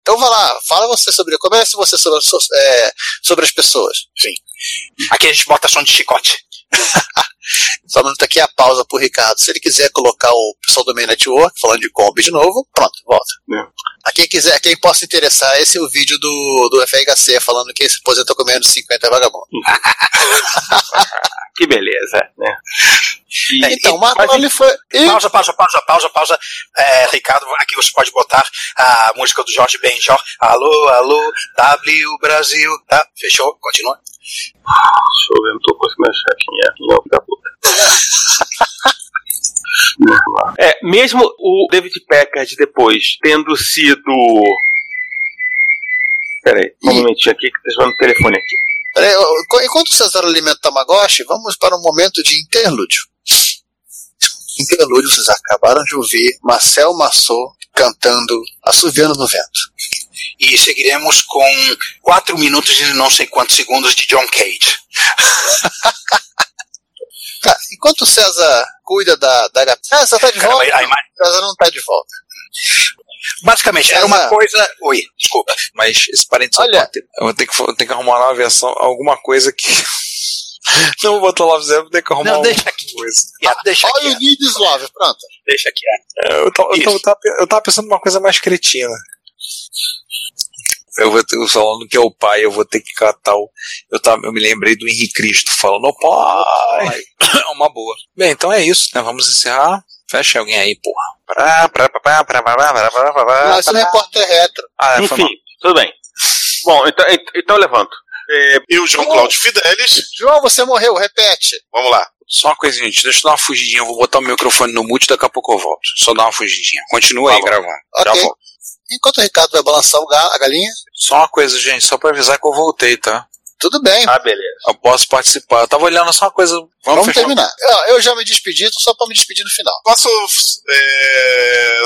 Então vai lá, fala você sobre. Comece você sobre, so- é, sobre as pessoas. Sim.
Aqui a gente bota som de chicote.
Só um minuto aqui a pausa pro Ricardo. Se ele quiser colocar o pessoal do Main Network, falando de combi de novo, pronto, volta. A quem quiser, a quem possa interessar, esse é o vídeo do, do FHC falando que esse aposenta comendo 50 vagabundo.
Que beleza, né? É,
então, Marco ele foi.
Pausa, pausa, pausa, pausa, pausa. É, Ricardo, aqui você pode botar a música do Jorge Benjor. Alô, alô, W Brasil. Tá? Fechou? Continua.
Deixa eu ver, não tô conseguindo achar quem é. Não, da puta. Vamos lá. É, mesmo o David Packard depois tendo sido. Peraí, um momentinho aqui que tá chamando o telefone aqui.
Peraí, eu- eu- enquanto o Cesaro alimenta o Tamagotchi, vamos para um momento de interlúdio. Interlúdio, vocês acabaram de ouvir Marcel Massot cantando Assoviando no Vento.
E seguiremos com 4 minutos e não sei quantos segundos de John Cage.
(laughs) Tá, enquanto o César cuida da, da gata. César tá de
Cara,
volta?
mas a ima-
César não tá de volta.
Basicamente, era uma coisa. Oi, desculpa.
Ah, Mas esse parênteses
Olha-
eu vou ter- eu vou ter que, vou ter que arrumar uma versão, alguma coisa que. (laughs) Não vou botar Love Zero, vou ter que arrumar
Não,
alguma
deixa
coisa.
Deixa
Olha o Need is Love, pronto.
Deixa aqui.
Eu, tava- eu, tava- eu tava, eu tava pensando numa coisa mais cretina. Eu vou ter, eu falando que é o pai, eu vou ter que catar o. Eu, tava, eu me lembrei do Henrique Cristo falando, "Ô, pai! É (coughs) uma boa. Bem, então é isso, né? Vamos encerrar. Fecha alguém aí, porra. Pará, pará, pará, pará, pará, pará, pará,
Ah,
pará,
tá.
Mas o
pará.
repórter é retro.
Ah, foi
Enfim,
mal.
tudo bem. Bom, então, ent- então eu levanto. É,
e o
João
Cláudio Fidelis.
João, você morreu, repete.
Vamos lá.
Só uma coisinha, gente. Deixa eu dar uma fugidinha. Eu vou botar o microfone no mute daqui a pouco eu volto. Só dar uma fugidinha. Continua aí gravando. Já
Ok.
volto.
Enquanto o Ricardo vai balançar o ga- a galinha,
Só uma coisa, gente. Só pra avisar que eu voltei, tá?
tudo bem.
Ah, beleza.
Eu posso participar. Eu tava olhando só uma coisa. Vamos,
Vamos,
fechar.
terminar. Eu, eu já me despedi, tô só pra me despedir no final.
Posso. É...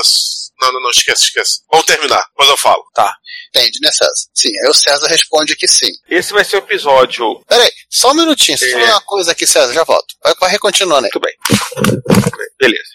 Não, não, não, esquece, esquece. Vamos terminar, depois eu falo.
Tá.
Entende, né, César? Sim, aí o César responde que sim.
Esse vai ser o episódio.
Peraí, só um minutinho, só
É.
uma coisa aqui, César, já volto. Vai, vai recontinuando aí.
Tudo bem. Beleza.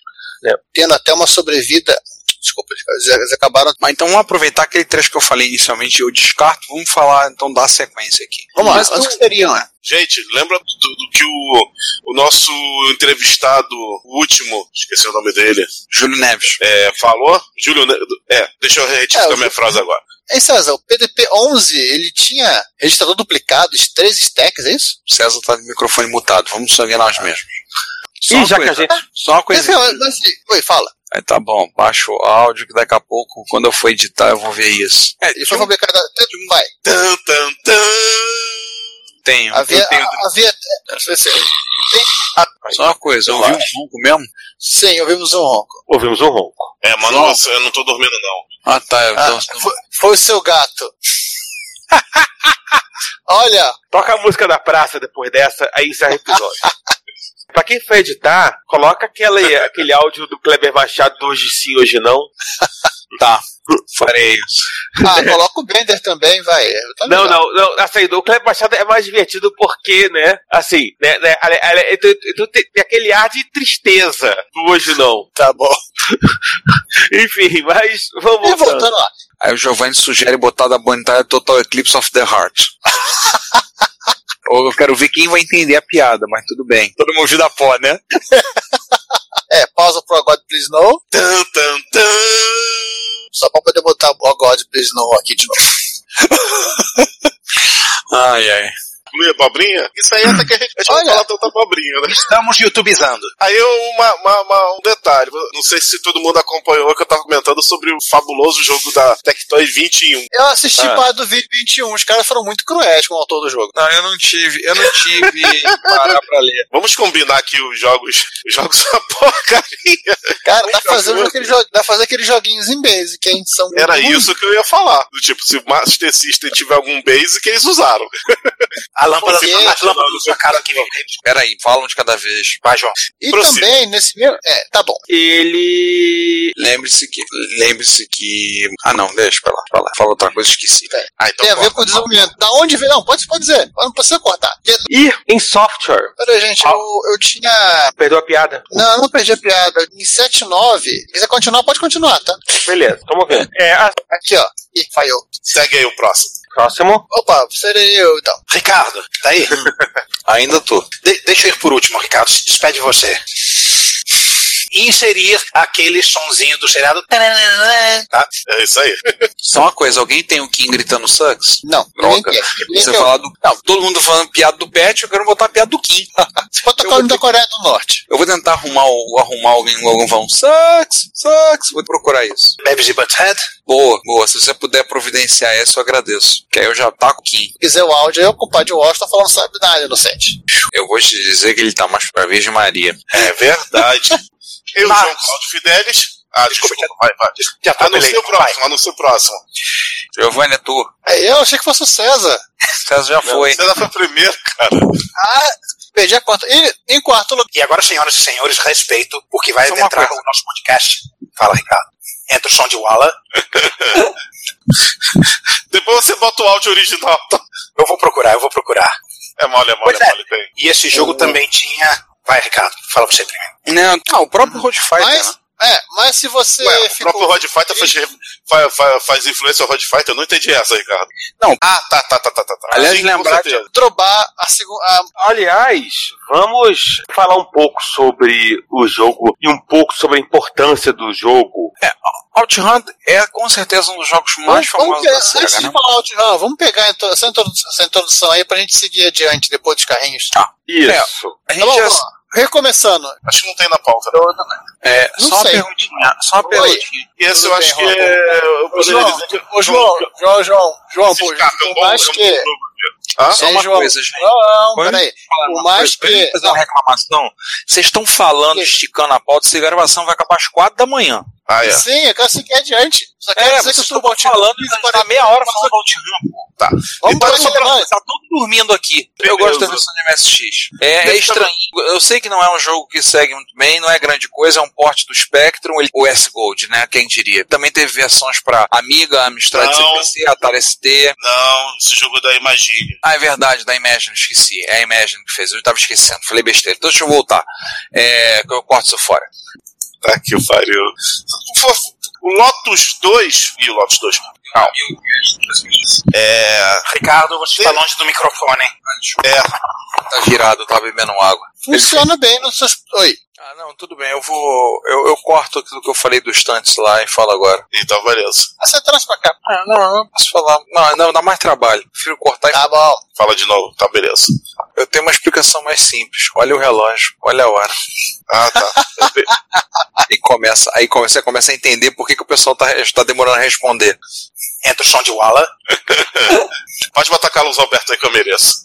Tendo até uma sobrevida. Desculpa, eles- eles acabaram.
Mas então vamos aproveitar aquele trecho que eu falei inicialmente, eu descarto, vamos falar então da sequência aqui.
Vamos lá,
Mas
antes que
tu-
seriam, né?
Gente, lembra do, do que o, o nosso entrevistado, o último, esqueci o nome dele.
Júlio Neves.
É, falou? Júlio Ne- É, deixa eu retificar minha frase agora.
Ei, César, o PDP-11, ele tinha registrador duplicado, os três stacks, é isso?
César tá de microfone mutado, vamos só ver nós mesmos.
Ah. Ih,
uma
já que
coisa-
a gente-
Só uma coisa.
Mas, mas, assim, Oi, fala.
Aí tá bom, baixa o áudio que daqui a pouco, quando eu for editar, eu vou ver isso. É,
Ele foi publicado. Vai.
Tan, tan, tan.
Tenho.
Havia.
eu tenho.
havia tem-
Só uma coisa, eu ouvi um ronco mesmo?
Sim, ouvimos um ronco.
Ouvimos um ronco.
É, mas não, eu não tô dormindo, não.
Ah, tá. Eu
Ah, foi, foi o seu gato. (laughs) Olha,
Toca a música da praça depois dessa, aí encerra
(laughs)
o episódio. pra quem for editar, coloca aquele, aquele áudio do Kleber Machado do Hoje Sim, Hoje Não.
tá, farei isso.
É.
ah, coloca o Bender também, vai. Tá
Não,
legal.
não, não, assim, o Kleber Machado é mais divertido porque, né, assim, né, né, ale- ale- então- então tem, tem aquele ar de tristeza do Hoje Não.
Tá bom.
Enfim, mas vamos
E voltando lá.
Aí o Giovanni sugere botar da bonitária Total Eclipse of the (laughs) Heart. Ou eu quero ver quem vai entender a piada, mas tudo bem. Todo mundo viu da pó, né?
É, pausa pro God Please No.
Tan, tan, tan.
Só pra poder botar o God Please No aqui de novo.
Ai, ai.
Inclui a pobrinha? Isso aí é até que a gente não
Olha.
fala tanta pobrinha, né?
Estamos youtubizando.
Aí uma- uma- uma- um detalhe, não sei se todo mundo acompanhou que eu tava comentando sobre o fabuloso jogo da Tectoy 21.
Eu assisti
Ah.
parte do vídeo 21, os caras foram muito cruéis com o autor do jogo.
Não, eu não tive, eu não tive (laughs) parar pra ler.
Vamos combinar aqui os jogos, os jogos da porcaria.
Cara, dá pra fazer, um jogo- aquele jo- dá pra fazer aqueles joguinhos em base, que são.
Era
Uhum.
muito
isso que eu ia falar. Do tipo, se o Master System tiver algum base que eles usaram. A lâmpada-
as
lâmpadas da sua cara aqui.
Peraí, falam de cada vez.
Vai, João.
E também, nesse mesmo. É, tá bom.
Ele.
Lembre-se que. Lembre-se que. Ah, não, deixa pra lá. Pra lá. Fala outra coisa, esqueci.
Ah, então
Tem a ver com o desenvolvimento. Da onde vem? Não, pode, pode dizer. Não precisa cortar. Porque-
E em software.
Peraí, gente, eu, eu tinha.
Perdeu a piada?
Não, eu não perdi a piada. Em 7.9, se quiser continuar, pode continuar, tá?
Beleza, vamos ver. É, a-
Aqui, ó. Ih, falhou.
Segue aí o próximo.
Próximo.
Opa, serei eu então.
Ricardo, tá
(laughs)
aí?
Ainda tô.
De- deixa eu ir por último, Ricardo. Se Despede você. E Inserir aquele sonzinho do seriado. Tá?
É isso aí.
Só uma coisa, alguém tem o Kim gritando sucks?
Não.
Droga. Você fala do. Não, todo mundo falando piada do Pet, eu quero botar a piada do Kim. Você
pode tocar da Coreia do Norte.
Eu vou tentar arrumar, o- arrumar alguém logo um vão. Sucks, sucks. Vou procurar isso.
Babs e Butthead?
Boa, boa. Se você puder providenciar essa, eu agradeço. Que aí eu já taco o Kim.
Se quiser o áudio, aí o compadre Washington falando sabe nada, inocente.
Eu vou te dizer que ele tá mais pra Virgem Maria.
É
(laughs)
verdade. Eu, João Cláudio Fidelis. Ah, desculpa, vai, vai. Já anuncia o próximo, anuncia o (laughs) próximo.
Giovanni, é tu.
Aí eu achei que fosse o César.
César já foi.
César foi primeiro, cara.
Ah, perdi a conta. E em quarto lugar.
E agora, senhoras e senhores, respeito, porque vai
Só uma
entrar
coisa.
o nosso podcast. Fala, Ricardo. Entra o som de Walla.
(laughs) Depois você bota o áudio original.
Eu vou procurar, eu vou procurar.
É mole, é mole,
Pois
é
é.
mole. Tem.
E esse jogo também tinha. Vai, Ricardo, fala você primeiro.
Não, não o próprio Road Fighter. né?
Mas, é, mas se você
Ué, o próprio Rod
tá
Fighter faz, faz, faz, faz influência ao Rod Fighter? Eu não entendi essa, Ricardo.
Não.
Ah, tá, tá, tá, tá. tá, tá.
Aliás,
Sim, com
lembrar
certeza.
drobar a segunda.
Aliás, vamos falar um pouco sobre o jogo e um pouco sobre a importância do jogo.
É, Outrun é com certeza um dos jogos mais famosos da
antes
SEGA,
de
né?
falar Outrun, vamos pegar então essa, introdução, essa introdução aí pra gente seguir adiante depois dos carrinhos.
Isso.
É, a gente
Tá bom,
já-
ó, Recomeçando.
Acho que não tem na pauta.
É,
Não
só uma
sei.
perguntinha. Só uma
Oi.
perguntinha.
Esse eu
Tudo
acho
bem,
que é. Eu
Ô,
poderia
João,
dizer que.
ô, João, João, João, João, pô, por mais que.
Ah,
Sim,
só uma
João.
coisa, gente.
Não, não,
Pode
peraí.
falar
Por
uma
mais
coisa? Pra gente
que.
fazer uma reclamação. Vocês estão falando, esticando a pauta, se a gravação vai acabar às quatro da manhã.
Ah,
Sim, eu quero seguir adiante. Só quero
É,
dizer
vocês
que eu
estão
sou bom
falando e tá meia hora falando do Outrun, pô.
Tá.
Vamos então,
para
só
os
pra
alemães.
tá todo dormindo aqui. Eu
Beleza.
gosto da versão de MSX. É, é
Deixa eu-
estranho. Eu sei que não é um jogo que segue muito bem, não é grande coisa, é um porte do Spectrum, ele- o S-Gold, né? Quem diria. Também teve versões pra Amiga, Amstrad
Não.
CPC, Atari ST.
Não, esse jogo é da Imagine.
Ah, é verdade, da Imagine, esqueci. É a Imagine que fez, eu tava esquecendo, falei besteira. Então deixa eu voltar, é, que eu corto isso fora.
Tá que pariu. O Lotus 2. E o Lotus 2? Calma. É.
Ricardo, você está longe do microfone. hein?
É.
Tá virado, tá bebendo água.
Funciona bem nos seus. Oi.
Ah, não, tudo bem, eu vou. Eu, eu corto aquilo que eu falei dos tantos lá e falo agora.
Então, beleza.
Ah, Você traz pra cá.
Ah, não, eu posso falar. Não, não, dá mais trabalho. Prefiro cortar e
Tá bom.
Fala de novo. Tá, beleza.
Eu tenho uma explicação mais simples. Olha o relógio, olha a hora.
Ah, tá. Eu pe-
(laughs) E começa, aí come- você começa a entender por que, que o pessoal tá, re- tá demorando a responder.
Entra o som de Walla.
Pode botar Carlos Alberto aí que eu mereço.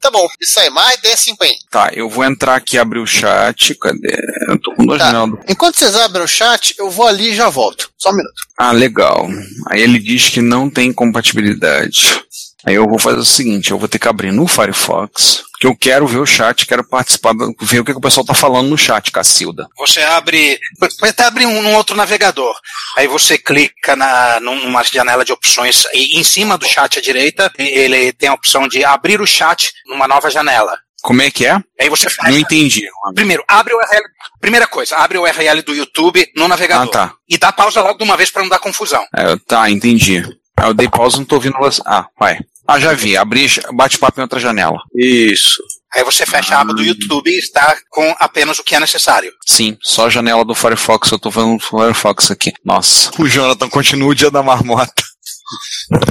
Tá bom, isso aí, mais 10, 50.
Tá, eu vou entrar aqui e abrir o chat. Cadê? Eu tô com dois
Tá. Enquanto vocês abrem o chat, eu vou ali e já volto. Só um minuto.
Ah, legal. Aí ele diz que não tem compatibilidade. Aí eu vou fazer o seguinte, eu vou ter que abrir no Firefox, porque eu quero ver o chat, quero participar, do- ver o que, que o pessoal tá falando no chat, Cacilda.
Você abre. Você até abre um, um outro navegador. Aí você clica na, num- numa janela de opções. E em cima do chat à direita, ele tem a opção de abrir o chat numa nova janela.
Como é que é?
Aí você faz.
Não entendi.
Primeiro, abre o URL. Primeira coisa, abre o URL do YouTube no navegador.
Ah, tá.
E dá pausa logo de uma vez para não dar confusão.
É, tá, entendi. Aí eu dei pausa, não tô ouvindo você. Ah, vai. Ah, já vi. Abri, bate-papo em outra janela.
Isso.
Aí você fecha a aba
Ah.
do YouTube e está com apenas o que é necessário.
Sim, só a janela do Firefox, eu tô falando do Firefox aqui. Nossa. O Jonathan continua o dia da marmota.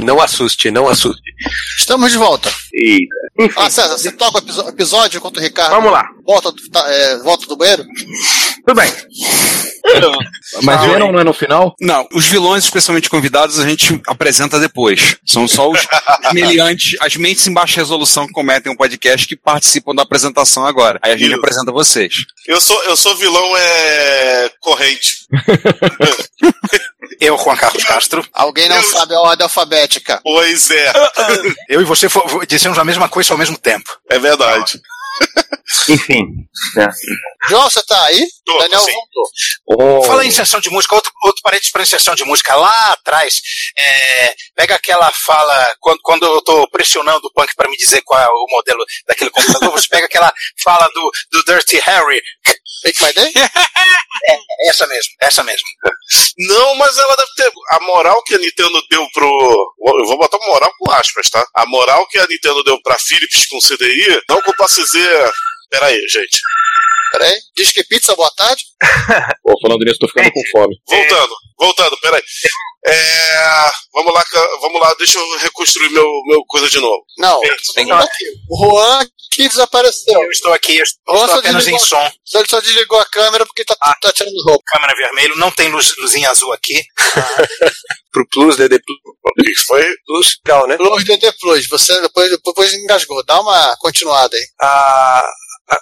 Não assuste, não assuste.
Estamos de volta.
Eita.
Ah, César, você toca o episo- episódio enquanto o Ricardo.
Vamos lá.
Volta, do- tá, é, volta do banheiro?
Tudo bem.
Mas
o Enon
não é no final? Não, os vilões, especialmente convidados, a gente apresenta depois. São só
(laughs)
os meliantes, as mentes em baixa resolução que cometem um podcast que participam da apresentação agora. Aí a gente apresenta vocês.
Eu sou, eu sou vilão é, corrente.
Eu, Juan Carlos Castro.
Alguém não sabe a ordem alfabética.
Pois é.
Eu e você fo- fo- dissemos a mesma coisa ao mesmo tempo.
É verdade.
Enfim. né?
João, você tá aí? Daniel voltou.
Oh.
Fala em inserção de música, outro, outro parênteses para inserção de música. Lá atrás, é, pega aquela fala, quando, quando eu estou pressionando o punk para me dizer qual é o modelo daquele computador, você pega aquela fala do, do Dirty Harry.
Fake My Day?
É, essa mesmo, essa mesmo.
Não, mas ela deve ter.
A moral que a Nintendo deu pro. Eu vou botar moral com aspas, tá? A moral que a Nintendo deu pra Philips com CDI, não que eu possa dizer. Pera aí, gente.
Peraí. Diz que pizza, boa tarde.
Pô, falando nisso, tô ficando com fome.
Voltando, voltando, peraí. É, vamos lá, ca- vamos lá, deixa eu reconstruir meu, meu coisa de novo.
Não,
É,
tem que O Juan que desapareceu. Eu
estou aqui, eu
Juan
estou
só
apenas em
desligou-
som. Ah.
só- Ele só desligou a câmera porque tá, tá tirando roupa.
Câmera vermelho, não tem luz, luzinha azul aqui.
Pro Plus, DD Plus.
Foi
Plus, legal, né?
Plus DT Plus, você depois, depois engasgou. Dá uma continuada aí.
Ah,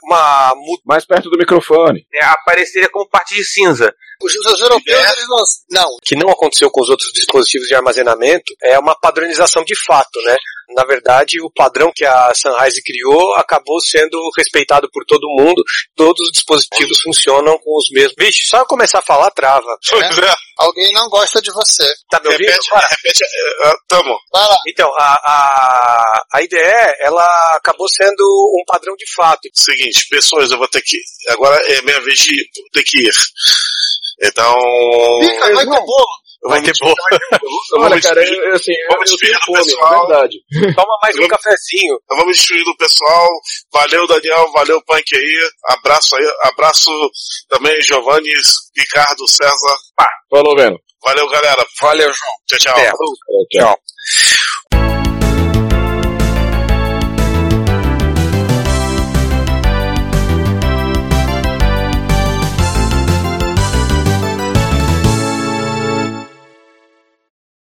uma. mu-
Mais perto do microfone.
é, apareceria como parte de cinza.
Os, os europeus, eles lançam. Não,
que não aconteceu com os outros dispositivos de armazenamento é uma padronização de fato, né? Na verdade, o padrão que a Sunrise criou acabou sendo respeitado por todo mundo. Todos os dispositivos funcionam com os mesmos. Bicho, só eu começar a falar, trava.
né? Alguém não gosta de você.
Tá me ouvindo?
Repete, repete. (laughs) é, é, Tamo.
Então, a, a, a IDE, ela acabou sendo um padrão de fato.
Seguinte, pessoas, eu vou ter que. Agora é minha vez de ter que ir. Então.
Fica, vai ter bolo.
Vai ter boa.
Olha, cara, eu, eu, assim, eu, eu
Vamos despedir
tenho
do
fome, é
pessoal. (laughs)
verdade.
Toma mais um cafezinho.
Então vamos destruindo o pessoal. Valeu, Daniel. Valeu, Punk aí. Abraço aí. Abraço também, Giovanni, Ricardo, César.
Falou, vendo.
Valeu, galera.
Valeu, João.
Tchau, tchau.
Tchau.